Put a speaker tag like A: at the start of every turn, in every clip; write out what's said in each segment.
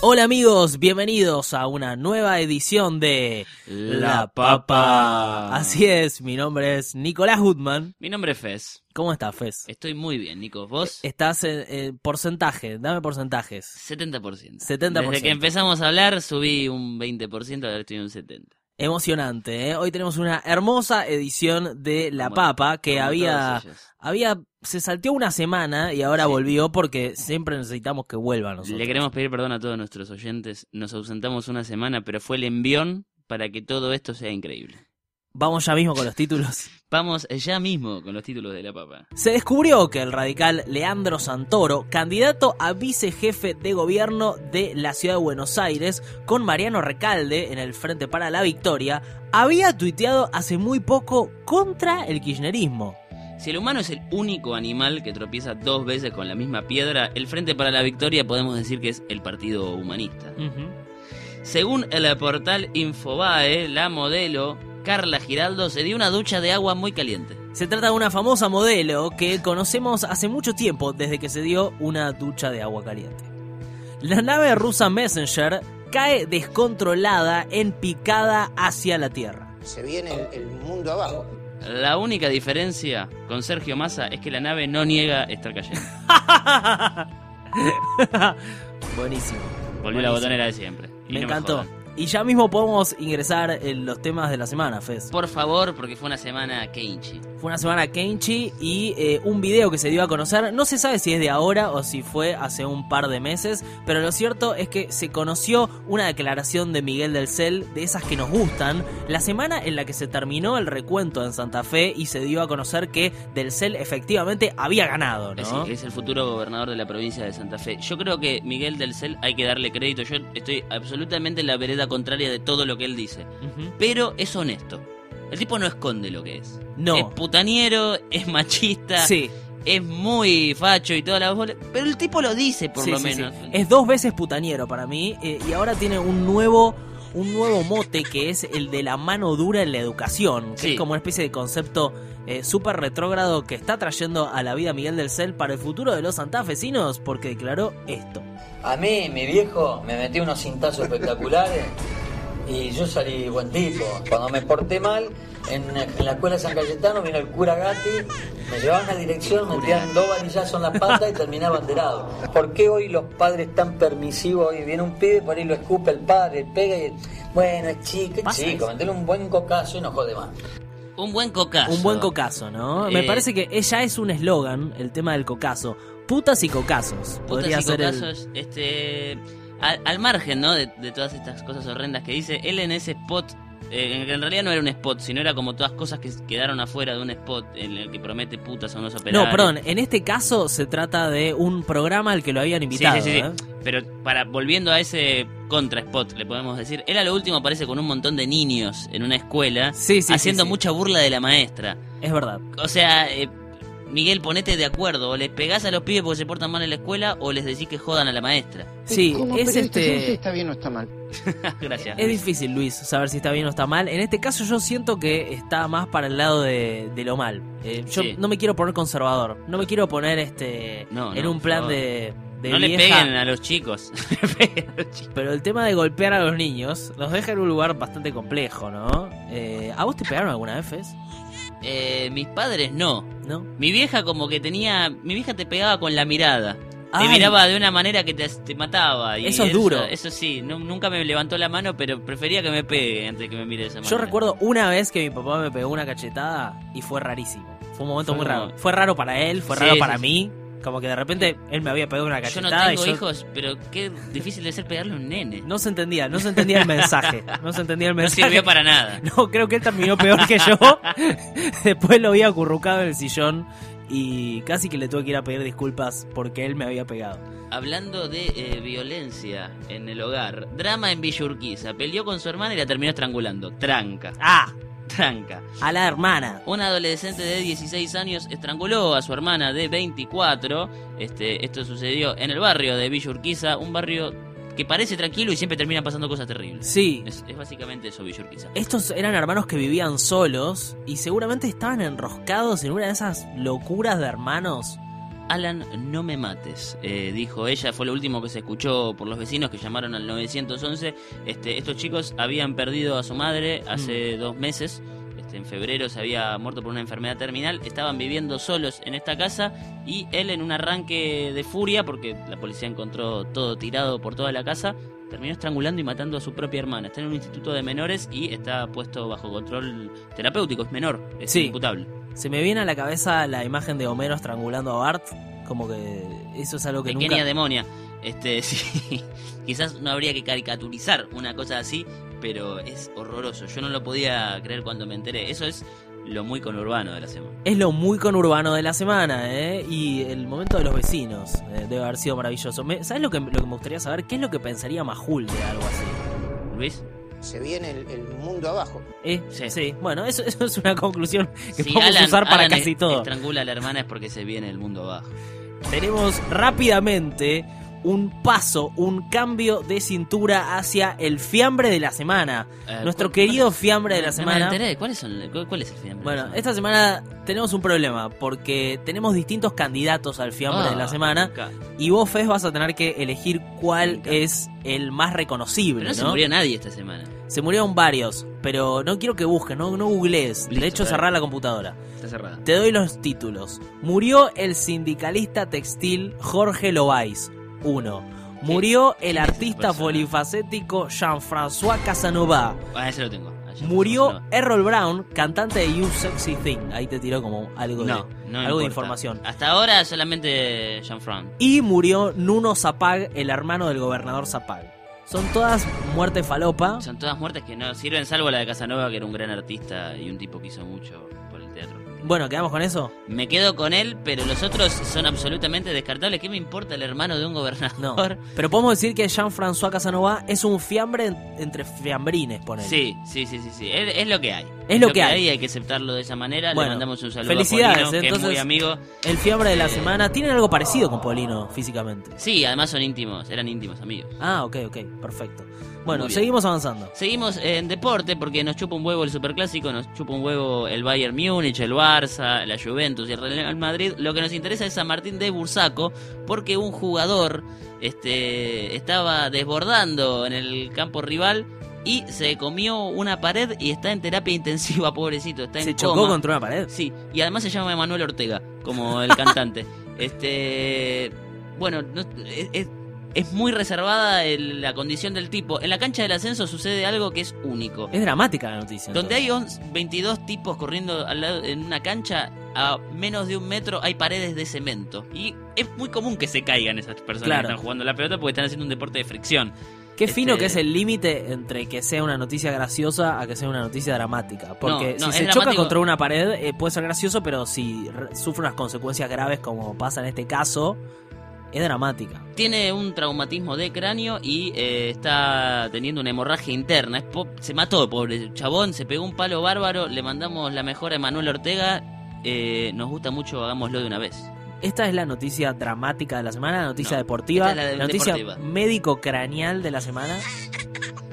A: Hola amigos, bienvenidos a una nueva edición de
B: La Papa.
A: Así es, mi nombre es Nicolás Goodman.
B: Mi nombre es Fez.
A: ¿Cómo estás, Fez?
B: Estoy muy bien, Nico. ¿Vos?
A: Estás en, en porcentaje, dame porcentajes.
B: 70%.
A: 70%.
B: Desde que empezamos a hablar subí un 20%, ahora estoy en un 70%.
A: Emocionante, ¿eh? Hoy tenemos una hermosa edición de La
B: Como-
A: Papa que
B: como
A: había,
B: todos ellos.
A: había, se salteó una semana y ahora
B: Sí.
A: volvió porque siempre necesitamos que vuelva a nosotros.
B: Le queremos pedir perdón a todos nuestros oyentes. Nos ausentamos una semana, pero fue el envión para que todo esto sea increíble.
A: Vamos ya mismo con los títulos.
B: Vamos ya mismo con los títulos de la papa.
A: Se descubrió que el radical Leandro Santoro, candidato a vicejefe de gobierno de la ciudad de Buenos Aires, con Mariano Recalde en el Frente para la Victoria, había tuiteado hace muy poco contra el kirchnerismo.
B: Si el humano es el único animal que tropieza dos veces con la misma piedra, el Frente para la Victoria podemos decir que es el partido humanista. Según el portal Infobae, la modelo Carla Giraldo se dio una ducha de agua muy caliente.
A: Se trata de una famosa modelo que conocemos hace mucho tiempo desde que se dio una ducha de agua caliente. La nave rusa Messenger cae descontrolada en picada hacia la Tierra.
C: se viene el, el mundo abajo.
B: La única diferencia con Sergio Massa es que la nave no niega estar cayendo.
A: Buenísimo.
B: Volvió la
A: Buenísimo.
B: botonera de siempre. Y
A: Me
B: no
A: encantó.
B: jodan.
A: y ya mismo podemos ingresar en los temas de la semana, Fez.
B: Por favor, porque fue una semana Keiichi.
A: Fue una semana Kenchi y eh, un video que se dio a conocer. No se sabe si es de ahora o si fue hace un par de meses, pero lo cierto es que se conoció una declaración de Miguel del Cel, de esas que nos gustan, la semana en la que se terminó el recuento en Santa Fe y se dio a conocer que del Cel efectivamente había ganado,
B: Es,
A: ¿no?
B: es el futuro gobernador de la provincia de Santa Fe. Yo creo que Miguel del Cel hay que darle crédito. Yo estoy absolutamente en la vereda contraria de todo lo que él dice.
A: Ujú.
B: Pero es honesto. El tipo no esconde lo que es.
A: No.
B: Es putaniero, es machista,
A: Sí,
B: es muy facho y toda la bola. Pero el tipo lo dice, por
A: Sí,
B: lo
A: sí,
B: menos.
A: sí. Es dos veces putaniero para mí eh, y ahora tiene un nuevo un nuevo mote que es el de la mano dura en la educación, que
B: Sí.
A: es como una especie de concepto eh, súper retrógrado que está trayendo a la vida Miguel del Cel para el futuro de los santafesinos porque declaró esto.
D: A mí, mi viejo, me metió unos cintazos espectaculares y yo salí buen tipo. Cuando me porté mal, en, en la escuela de San Cayetano vino el cura Gatti, me llevaban a dirección, me metían dos varillazos en la pata y terminaba enterado. ¿Por qué hoy los padres tan permisivos? Hoy viene un pibe, por ahí lo escupe el padre, pega y... Bueno, es chico, es
A: Pasa eso.
D: chico, metele un buen cocazo y no jode más.
B: Un buen cocazo.
A: Un buen cocazo, ¿no? Me
B: Eh.
A: parece que ella es un eslogan, el tema del cocazo. Putas y cocazos. Podría
B: Putas y
A: ser el-
B: cocazos, este, al, al margen, ¿no? De, de todas estas cosas horrendas que dice, él en ese spot, eh, en, en realidad no era un spot, sino era como todas cosas que quedaron afuera de un spot en el que promete putas o no operarios.
A: No, perdón, en este caso se trata de un programa al que lo habían
B: Sí,
A: invitado.
B: sí, sí, sí.
A: ¿eh?
B: Pero para, volviendo a ese contra spot, le podemos decir, él a lo último aparece con un montón de niños en una escuela,
A: Sí, sí, sí,
B: haciendo
A: sí.
B: mucha burla de la maestra.
A: Es verdad.
B: O sea, eh, Miguel, ponete de acuerdo, o les pegás a los pibes porque se portan mal en la escuela, o les decís que jodan a la maestra. Ah,
A: Sí,
E: Como
A: es
E: periodista, si usted
A: este.
E: está bien o está mal.
B: Gracias.
A: Es difícil, Luis, saber si está bien o está mal. En este caso yo siento que está más para el lado de, de lo mal. Eh, yo
B: Sí.
A: no me quiero poner conservador, no me quiero poner este
B: No,
A: en
B: no,
A: un
B: por
A: plan
B: favor.
A: de de
B: no le
A: vieja.
B: peguen a los chicos. No le peguen a los chicos.
A: Pero el tema de golpear a los niños nos deja en un lugar bastante complejo, ¿no? Eh, ¿A vos te pegaron alguna vez, Fez?
B: Eh, mis padres no.
A: ¿No?
B: Mi vieja como que tenía... Mi vieja te pegaba con la mirada.
A: Ay,
B: Te miraba de una manera que te, te mataba. Y
A: Eso es duro.
B: Eso sí, no- nunca me levantó la mano, pero prefería que me pegue antes que me mire de esa manera.
A: Yo recuerdo una vez que mi papá me pegó una cachetada y fue rarísimo. Fue un momento
B: Fue
A: muy
B: como-
A: raro. Fue raro para él, fue
B: Sí,
A: raro
B: sí,
A: para
B: sí.
A: mí. Como que de repente él me había pegado una
B: Yo
A: cachetada
B: no tengo
A: y yo
B: hijos, pero qué difícil de ser pegarle a un nene. No,
A: no se entendía, no se entendía el mensaje. No se entendía el mensaje.
B: sirvió para nada.
A: No, creo que él terminó peor que yo. Después lo vi acurrucado en el sillón y casi que le tuve que ir a pedir disculpas porque él me había pegado.
B: Hablando de eh, violencia en el hogar, drama en Villa Urquiza. Peleó con su hermana y la terminó estrangulando. Tranca,
A: Ah,
B: tranca.
A: a la hermana.
B: Un adolescente de 16 años estranguló a su hermana de 24. Este, esto sucedió en el barrio de Villa Urquiza, un barrio que parece tranquilo y siempre termina pasando cosas terribles.
A: Sí.
B: Es, es básicamente eso, Villa Urquiza.
A: Estos eran hermanos que vivían solos y seguramente estaban enroscados en una de esas locuras de hermanos.
B: Alan, no me mates, eh, dijo ella. Fue lo último que se escuchó por los vecinos que llamaron al 911. Este, estos chicos habían perdido a su madre hace dos meses. Este, en febrero se había muerto por una enfermedad terminal. Estaban viviendo solos en esta casa y él en un arranque de furia, porque la policía encontró todo tirado por toda la casa, terminó estrangulando y matando a su propia hermana. Está en un instituto de menores y está puesto bajo control terapéutico. Es menor, es
A: Sí.
B: imputable.
A: Se me viene a la cabeza la imagen de Homero estrangulando a Bart, como que eso es algo que
B: pequeña
A: nunca...
B: demonia. Este, sí. Quizás no habría que caricaturizar una cosa así, pero es horroroso. Yo no lo podía creer cuando me enteré. Eso es lo muy conurbano de la semana.
A: Es lo muy conurbano de la semana, ¿eh? Y el momento de los vecinos eh, debe haber sido maravilloso. Me- ¿Sabes lo que, lo que me gustaría saber? ¿Qué es lo que pensaría Majul de algo así?
B: Luis,
C: Se viene el, el mundo abajo.
A: ¿Eh?
B: Sí.
A: Bueno, eso, eso es una conclusión que
B: si
A: podemos
B: Alan,
A: usar para
B: Alan
A: casi
B: es-
A: todo.
B: estrangula a la hermana es porque se viene el mundo abajo.
A: tenemos rápidamente un paso, un cambio de cintura hacia el fiambre de la semana.
B: Eh,
A: Nuestro
B: ¿cuál-
A: querido
B: cuál es-
A: fiambre de la
B: No me
A: semana.
B: enteré. ¿Cuáles son? ¿Cuál, cuál es el fiambre?
A: Bueno, este
B: esta
A: esta semana tenemos un problema porque tenemos distintos candidatos al fiambre
B: Ah.
A: de la semana y vos, Fez, vas a tener que elegir cuál
B: Nunca.
A: es el más reconocible,
B: Pero no,
A: ¿no?
B: se murió nadie esta semana.
A: Se murieron varios, pero no quiero que busques, no, no googlees.
B: Listo,
A: de hecho,
B: dale.
A: cerrar la computadora.
B: Está cerrada.
A: Te doy los títulos. Murió el sindicalista textil Jorge Lobais, 1. Murió el
B: quién es esa
A: artista
B: persona?
A: polifacético Jean-François Casanova.
B: Ah, ese lo tengo. Ayer
A: Murió
B: no.
A: Errol Brown, cantante de You Sexy Thing. Ahí te tiró como algo,
B: No,
A: de,
B: no
A: algo de
B: importa.
A: información.
B: Hasta ahora solamente Jean Frank.
A: Y murió Nuno Zapag, el hermano del gobernador Zapag. Son todas muerte falopa.
B: Son todas muertes que no sirven, salvo la de Casanova, que era un gran artista y un tipo que hizo mucho por el teatro.
A: Bueno, quedamos con eso.
B: Me quedo con él, pero los otros son absolutamente descartables. ¿Qué me importa el hermano de un
A: No.
B: gobernador?
A: Pero podemos decir que Jean-François Casanova es un fiambre en- entre fiambrines, ponele.
B: Sí, sí, sí, sí, sí. Es, es lo que hay.
A: Es lo que hay.
B: hay. hay que aceptarlo de esa manera.
A: Bueno,
B: Le mandamos un saludo
A: felicidades,
B: a Polino, que es
A: entonces-
B: muy amigo.
A: El fiambre de la
B: Eh.
A: semana tienen algo parecido con Polino físicamente.
B: Sí, además son íntimos, eran íntimos amigos.
A: Ah, ok, ok, perfecto. Bueno,
B: Muy bien.
A: seguimos avanzando.
B: Seguimos en deporte porque nos chupa un huevo el Superclásico, nos chupa un huevo el Bayern Múnich, el Barça, la Juventus y el Real Madrid. Lo que nos interesa es San Martín de Bursaco porque un jugador este, estaba desbordando en el campo rival y se comió una pared y está en terapia intensiva, pobrecito. Está en
A: Se chocó
B: coma.
A: contra una pared.
B: Sí, y además se llama Emanuel Ortega, como el cantante. Este. Bueno, no- es, es- es muy reservada el- la condición del tipo. En la cancha del ascenso sucede algo que es único.
A: Es dramática la noticia.
B: Donde
A: entonces.
B: hay 11 22 tipos corriendo al lado- en una cancha, a menos de un metro hay paredes de cemento. Y es muy común que se caigan esas personas
A: Claro.
B: que están jugando la pelota porque están haciendo un deporte de fricción.
A: Qué fino
B: este-
A: que es el límite entre que sea una noticia graciosa a que sea una noticia dramática. Porque
B: No, no,
A: si
B: es
A: se choca
B: dramático.
A: contra una pared eh, puede ser gracioso, pero si re- sufre unas consecuencias graves como pasa en este caso, es dramática.
B: Tiene un traumatismo de cráneo y eh, está teniendo una hemorragia interna. Es po- se mató, pobre chabón, se pegó un palo bárbaro. Le mandamos la mejor a Manuel Ortega. Eh, nos gusta mucho, hagámoslo de una vez.
A: Esta es la noticia dramática de la semana, la noticia
B: No,
A: deportiva,
B: esta es la de-
A: noticia
B: deportiva.
A: médico-craneal de la semana.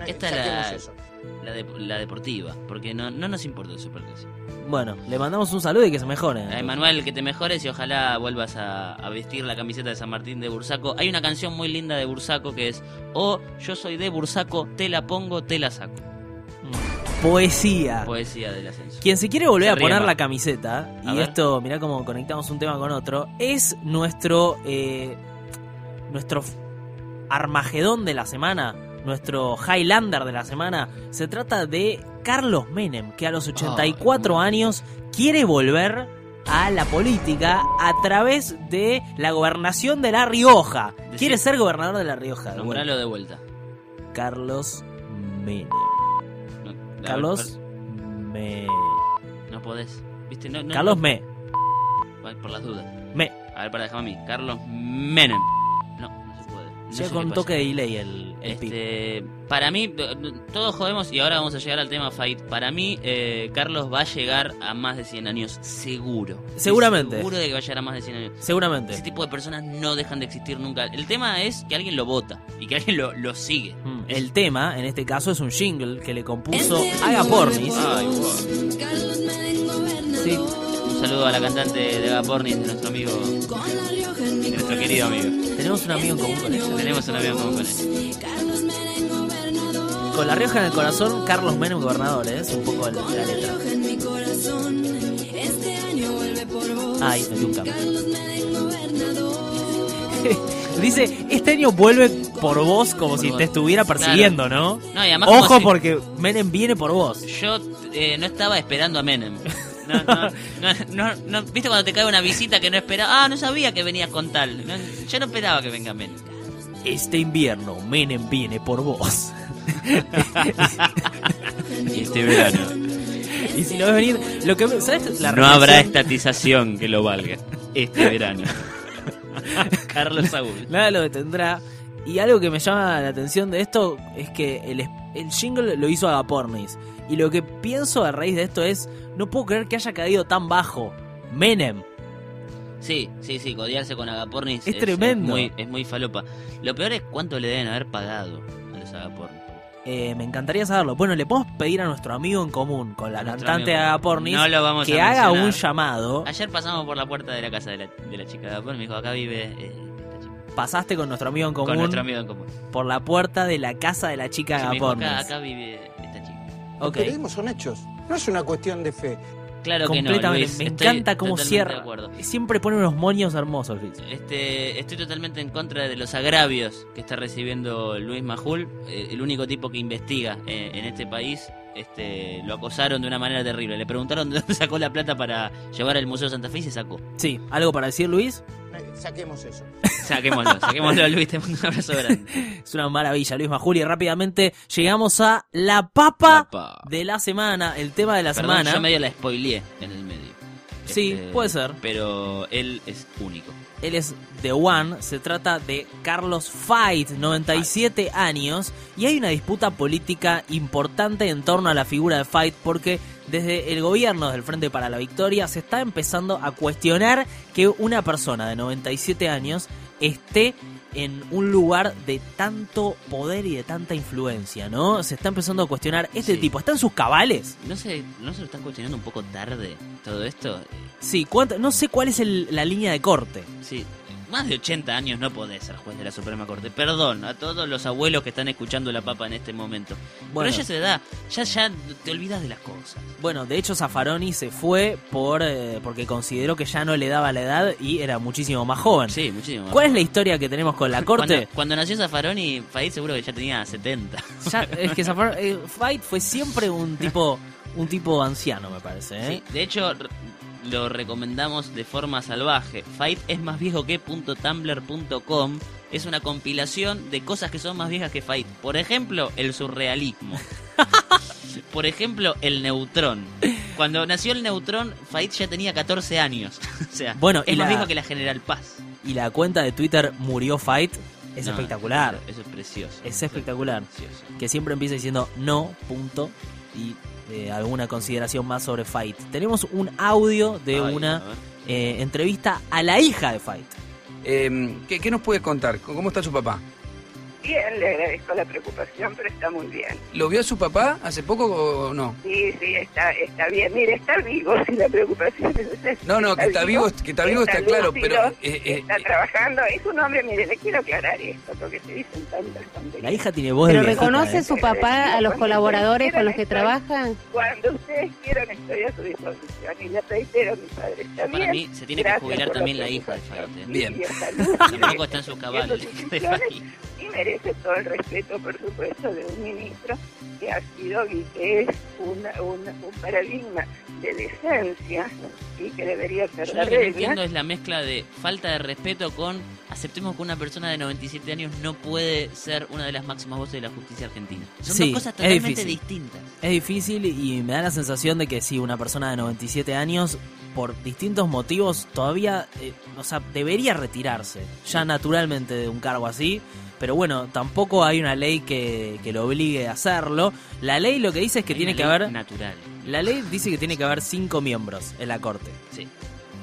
B: Esta
C: Saquemos
B: la-
C: eso.
B: La, de- la deportiva, porque no, no nos importa el Superclásico.
A: Bueno, le mandamos un saludo y que se mejore.
B: Eh, Manuel, que te mejores y ojalá vuelvas a, a vestir la camiseta de San Martín de Bursaco. Hay una canción muy linda de Bursaco que es O yo soy de Bursaco, te la pongo, te la saco.
A: Poesía.
B: Poesía del ascenso.
A: Quien se quiere volver
B: Se
A: a poner
B: rima.
A: la camiseta,
B: A
A: y
B: ver.
A: esto, mirá cómo conectamos un tema con otro, es nuestro, eh, nuestro f- Armagedón de la semana, nuestro Highlander de la semana. Se trata de Carlos Menem, que a
B: Ah,
A: los 84
B: Ay,
A: años quiere volver a la política a través de la gobernación de La Rioja.
B: Decí-
A: Quiere ser gobernador de La Rioja. de vuelta.
B: Nombralo de vuelta.
A: Carlos Menem.
B: No, a ver,
A: Carlos Me.
B: per- No podés. ¿Viste? No, no-
A: Carlos Me.
B: Ay, Por las dudas.
A: Me.
B: A ver, para dejarme a mí. Carlos Menem. No, no se puede. No
A: Llega
B: sé
A: con
B: qué
A: un
B: pasa.
A: toque de delay el, el pic.
B: Este, para mí, todos jodemos y ahora vamos a llegar al tema Fight. Para mí, eh, Carlos va a llegar a más de 100 años, seguro. Estoy
A: Seguramente.
B: Seguro de que va a llegar a más de 100 años. Ese
A: Seguramente.
B: tipo de personas no dejan de existir nunca. El tema es que alguien lo vota y que alguien lo, lo sigue.
A: Mm. El tema, en este caso, es un jingle que le compuso Haga
E: Haga
A: Pornis.
B: Ay, wow.
A: Sí.
B: Un saludo a la cantante de Gapornis, de nuestro amigo, de nuestro querido amigo.
A: Tenemos un amigo en común con ella.
B: Tenemos un avión como con él.
A: Con La Rioja en el corazón, Carlos Menem, gobernador, ¿eh? es un poco el- la letra. Ay, me dio un cambio. Dice, este año vuelve por vos como
B: Por
A: si
B: vos.
A: te estuviera persiguiendo, ¿no?
B: No, y además como
A: Ojo
B: si-
A: porque Menem viene por vos.
B: Yo eh, no estaba esperando a Menem. No, no, no, no, no. ¿Viste cuando te cae una visita que no esperaba? Ah, no sabía que venías con tal. No, yo no esperaba que venga Menem.
A: Este invierno, Menem viene por vos.
B: Este verano.
A: y si lo ves venir, lo que... ¿Sabes? La reflexión-
B: estatización que lo valga. Este verano. Carlos Saúl.
A: Nada lo detendrá. Y algo que me llama la atención de esto es que el, es- el jingle lo hizo Agapornis. Y lo que pienso a raíz de esto es, no puedo creer que haya caído tan bajo. Menem.
B: Sí, sí, sí, codearse con Agapornis
A: Es tremendo.
B: muy, es muy falopa. Lo peor es cuánto le deben haber pagado a los Agapornis.
A: Eh, me encantaría saberlo. Bueno, le podemos pedir a nuestro amigo en común, con la
B: A nuestro
A: cantante
B: amigo.
A: Agapornis,
B: No lo vamos
A: que
B: a
A: haga
B: mencionar.
A: un llamado.
B: Ayer pasamos por la puerta de la casa de la, de la chica de Agapornis. Me dijo, acá vive eh, esta chica.
A: Pasaste con nuestro amigo en común
B: Con nuestro amigo en común.
A: por la puerta de la casa de la chica
B: Sí, me dijo,
A: Agapornis.
B: acá, acá vive esta chica.
C: Los
A: Ok.
C: periodismos son hechos. No es una cuestión de fe.
B: Claro que no,
A: Completamente.
B: Luis.
A: me
B: Estoy
A: encanta cómo
B: totalmente de
A: cierra.
B: acuerdo.
A: Siempre pone unos moños hermosos, Luis.
B: Este, estoy totalmente en contra de los agravios que está recibiendo Luis Majul, eh, el único tipo que investiga eh, en este país. Este, lo acosaron de una manera terrible. Le preguntaron de dónde sacó la plata para llevar al Museo Santa Fe y se sacó.
A: Sí, ¿algo para decir, Luis?
C: Eh, Saquemos eso.
B: Saquémoslo, saquémoslo, Luis. Te mando un abrazo grande.
A: Es una maravilla, Luis Majuli. Rápidamente llegamos a la papa
B: Papá.
A: de la semana, el tema de la
B: Perdón,
A: semana.
B: Yo medio la spoileé en el medio.
A: Sí,
B: Este,
A: puede ser.
B: Pero él es único.
A: Él es The One, se trata de Carlos Fight, 97 años, y hay una disputa política importante en torno a la figura de Fight porque desde el gobierno del Frente para la Victoria se está empezando a cuestionar que una persona de 97 años esté en un lugar de tanto poder y de tanta influencia, ¿no? Se está empezando a cuestionar, este
B: Sí.
A: tipo, ¿está en sus cabales?
B: ¿No se, ¿No se lo están cuestionando un poco tarde todo esto?
A: Sí, ¿cuánto? no sé cuál es el- la línea de corte.
B: Sí, más de 80 años no podés ser juez de la Suprema Corte. Perdón a todos los abuelos que están escuchando la papa en este momento.
A: Bueno.
B: Pero ya se da, ya, ya te olvidas de las cosas.
A: Bueno, de hecho Zaffaroni se fue por eh, porque consideró que ya no le daba la edad y era muchísimo más joven.
B: Sí, muchísimo.
A: ¿Cuál es la historia que tenemos con la corte?
B: Cuando, cuando nació Zaffaroni, Faid seguro que ya tenía 70.
A: Ya, es que Zaffaroni, eh, Fight fue siempre un tipo un tipo anciano, me parece. ¿eh?
B: Sí, de hecho, r- lo recomendamos de forma salvaje. Fight es más viejo que .tumblr.com. Es una compilación de cosas que son más viejas que Fight. Por ejemplo, el surrealismo. Por ejemplo, el neutrón. Cuando nació el neutrón, Fight ya tenía 14 años. o sea,
A: Bueno, y
B: es más
A: la-
B: viejo que la General Paz.
A: Y la cuenta de Twitter murió Fight es
B: No,
A: espectacular.
B: Eso es precioso.
A: Es espectacular.
B: Precioso.
A: Que siempre empieza diciendo no, punto y eh, alguna consideración más sobre Fight. Tenemos un audio de
B: Ay, a
A: una
B: ver.
A: eh, entrevista a la hija de Fight.
F: Em, Eh, ¿qué, qué nos puedes contar? ¿Cómo está su papá?
E: bien, le agradezco la preocupación, pero está muy bien.
F: ¿Lo vio su papá hace poco o no?
E: Sí, sí, está, está bien. Mire, está vivo, si la preocupación es
F: No, no, que está vivo, que está vivo está claro, pero,
E: lúcido,
F: eh, eh,
E: está
F: eh.
E: trabajando. Es un hombre, mire, le quiero aclarar esto, porque se dicen tantas
A: La
E: tonterías.
A: hija tiene voz
G: ¿Pero
A: de viejita,
G: reconoce
A: ¿eh?
G: su papá a los colaboradores con los que trabajan?
E: Cuando ustedes quieran, estoy a su disposición. Y le reitero, mi padre está bien.
B: Para mí se tiene que
E: Gracias
B: jubilar
E: por la
B: también la hija de
E: preocupación.
B: Fayot, ¿eh?
F: Bien.
E: Y está lúcido,
B: Tampoco está en sus cabales la hija de Fayot.
E: y merece todo el respeto, por supuesto, de un ministro que ha sido y que es una- una- un paradigma de decencia y que debería ser
B: Yo
E: la
B: lo que no
E: regla.
B: entiendo es la mezcla de falta de respeto con aceptemos que una persona de 97 años no puede ser una de las máximas voces de la justicia argentina. Son
A: Sí,
B: dos cosas
A: es
B: totalmente
A: difícil.
B: distintas.
A: Es difícil y me da la sensación de que si una persona de 97 años, por distintos motivos, todavía, eh, o sea, debería retirarse ya naturalmente de un cargo así. Pero bueno, tampoco hay una ley que, que lo obligue a hacerlo. La ley lo que dice es que
B: Hay
A: tiene
B: una
A: que
B: ley
A: haber...
B: natural.
A: La ley dice que tiene que haber cinco miembros en la corte.
B: Sí.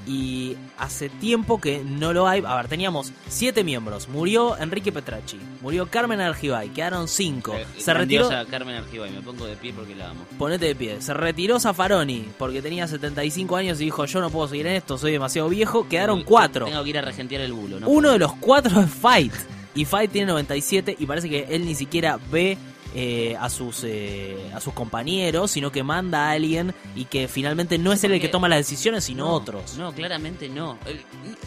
A: Y hace tiempo que no lo hay. A ver, teníamos siete miembros. Murió Enrique Petracci. Murió Carmen Argibay. Quedaron cinco.
B: Eh,
A: Se retiró.
B: grandiosa Carmen Argibay, me pongo de pie porque la amo.
A: Ponete de pie. Se retiró Zaffaroni porque tenía 75 años y dijo: Yo no puedo seguir en esto, soy demasiado viejo. Quedaron
B: Tengo-
A: cuatro.
B: Tengo que ir a regentear el bulo, ¿no?
A: Uno de los cuatro es Fight. Y Fight tiene 97 y parece que él ni siquiera ve eh, a, sus, eh, a sus compañeros, sino que manda a alguien y que finalmente no es él el que
B: Porque-
A: toma las decisiones, sino otros.
B: No, claramente no. El-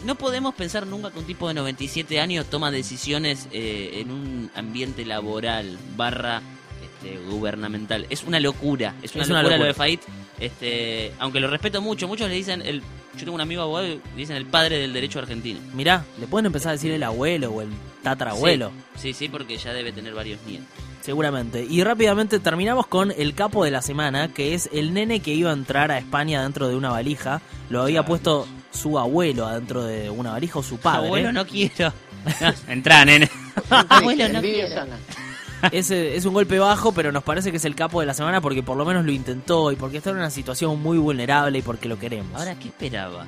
B: No podemos pensar nunca que un tipo de 97 años toma decisiones eh, en un ambiente laboral barra este, gubernamental. Es una locura. Es una,
A: Es una
B: locura, lo
A: locura.
B: de Fait. Este, aunque lo respeto mucho, muchos le dicen el yo tengo un amigo abogado y le dicen el padre del derecho argentino.
A: Mirá, le pueden empezar a decir el abuelo o el tatarabuelo,
B: Sí, sí, porque ya debe tener varios nietos.
A: seguramente. Y rápidamente terminamos con el capo de la semana, que es el nene que iba a entrar a España dentro de una valija. Lo había
B: Dios.
A: puesto su abuelo adentro de una valija o su padre.
B: Abuelo, no quiero. Entrá, nene.
G: Abuelo, no
C: Envidia
G: quiero.
C: sana.
A: es, eh, es un golpe bajo, pero nos parece que es el capo de la semana porque por lo menos lo intentó y porque está en una situación muy vulnerable y porque lo queremos.
B: Ahora, ¿qué esperaba?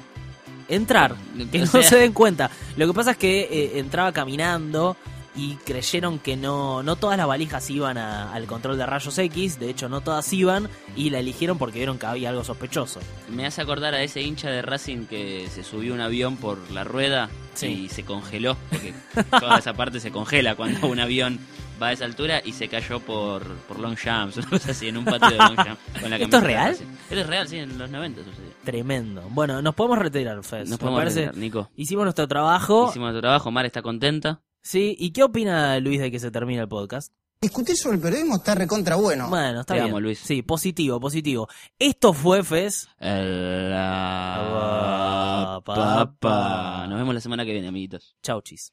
A: entrar,
B: O
A: que no
B: sea-
A: se den cuenta. Lo que pasa es que eh, entraba caminando y creyeron que no, no todas las valijas iban a- al control de rayos X, de hecho no todas iban y la eligieron porque vieron que había algo sospechoso.
B: Me hace acordar a ese hincha de Racing que se subió a un avión por la rueda
A: Sí.
B: y se congeló, porque toda esa parte se congela cuando un avión va a esa altura y se cayó por, por Long Jumps, una cosa así, en un patio de Long Jumps. con la
A: ¿Esto es
B: camiseta de
A: real?
B: Racing. Esto es real, sí, en los 90 sucedió.
A: Tremendo. Bueno, nos podemos retirar, Fez. Pues,
B: Nos
A: me
B: podemos
A: parece.
B: retirar, Nico.
A: Hicimos nuestro trabajo.
B: Hicimos nuestro trabajo, Mar está contenta.
A: Sí, ¿y qué opina Luis de que se termine el podcast?
C: Discutir sobre el periodismo está recontra bueno.
A: Bueno, está
B: Te
A: bien.
B: amo, Luis.
A: Sí, positivo, positivo. Esto fue Fez.
B: El-
A: Ah,
B: la-
A: papá.
B: papá. Nos vemos la semana que viene, amiguitos.
A: Chau, chis.